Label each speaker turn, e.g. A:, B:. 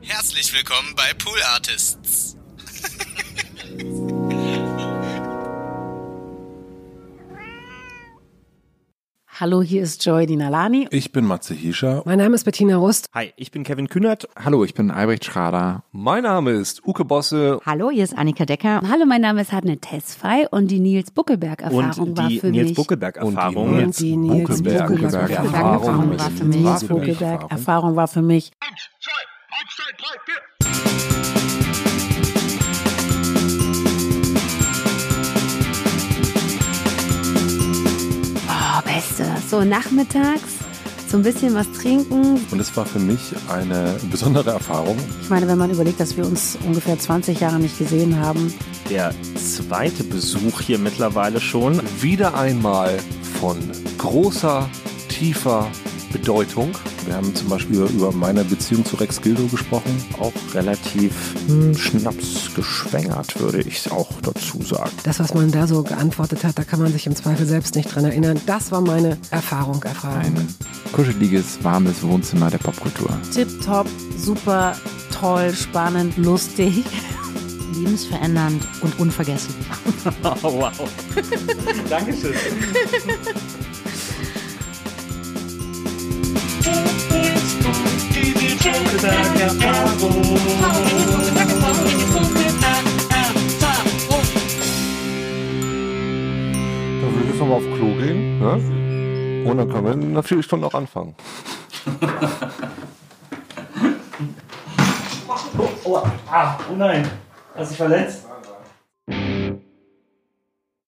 A: Herzlich willkommen bei Pool Artists.
B: Hallo, hier ist Joy Dinalani.
C: Ich bin Matze Hiescher.
D: Mein Name ist Bettina Rust.
E: Hi, ich bin Kevin Kühnert.
F: Hallo, ich bin Albrecht Schrader.
G: Mein Name ist Uke Bosse.
H: Hallo, hier ist Annika Decker.
I: Hallo, mein Name ist Hadne Tesfay und die Nils Buckelberg-Erfahrung war für
E: Nils
I: mich.
E: Buckelberg-Erfahrung.
B: Und die Nils
F: Buckelberg-
B: Buckelberg-Erfahrung war für mich. Nils Buckelberg-Erfahrung war für mich.
I: Oh, Beste. So nachmittags, so ein bisschen was trinken.
C: Und es war für mich eine besondere Erfahrung.
B: Ich meine, wenn man überlegt, dass wir uns ungefähr 20 Jahre nicht gesehen haben.
E: Der zweite Besuch hier mittlerweile schon.
G: Wieder einmal von großer, tiefer Bedeutung.
C: Wir haben zum Beispiel über meine Beziehung zu Rex Gildo gesprochen.
F: Auch relativ hm, Schnaps geschwängert, würde ich auch dazu sagen.
D: Das, was man da so geantwortet hat, da kann man sich im Zweifel selbst nicht dran erinnern. Das war meine Erfahrung, Erfahrung.
F: Ein kuscheliges, warmes Wohnzimmer der Popkultur.
B: Tipptopp, super, toll, spannend, lustig.
H: Lebensverändernd und unvergessen.
E: Oh, wow. Dankeschön.
G: Dann würde ich jetzt nochmal auf Klo gehen. Ne? Und dann können wir natürlich schon noch anfangen.
E: Oh, ah, oh nein. Hast du dich verletzt?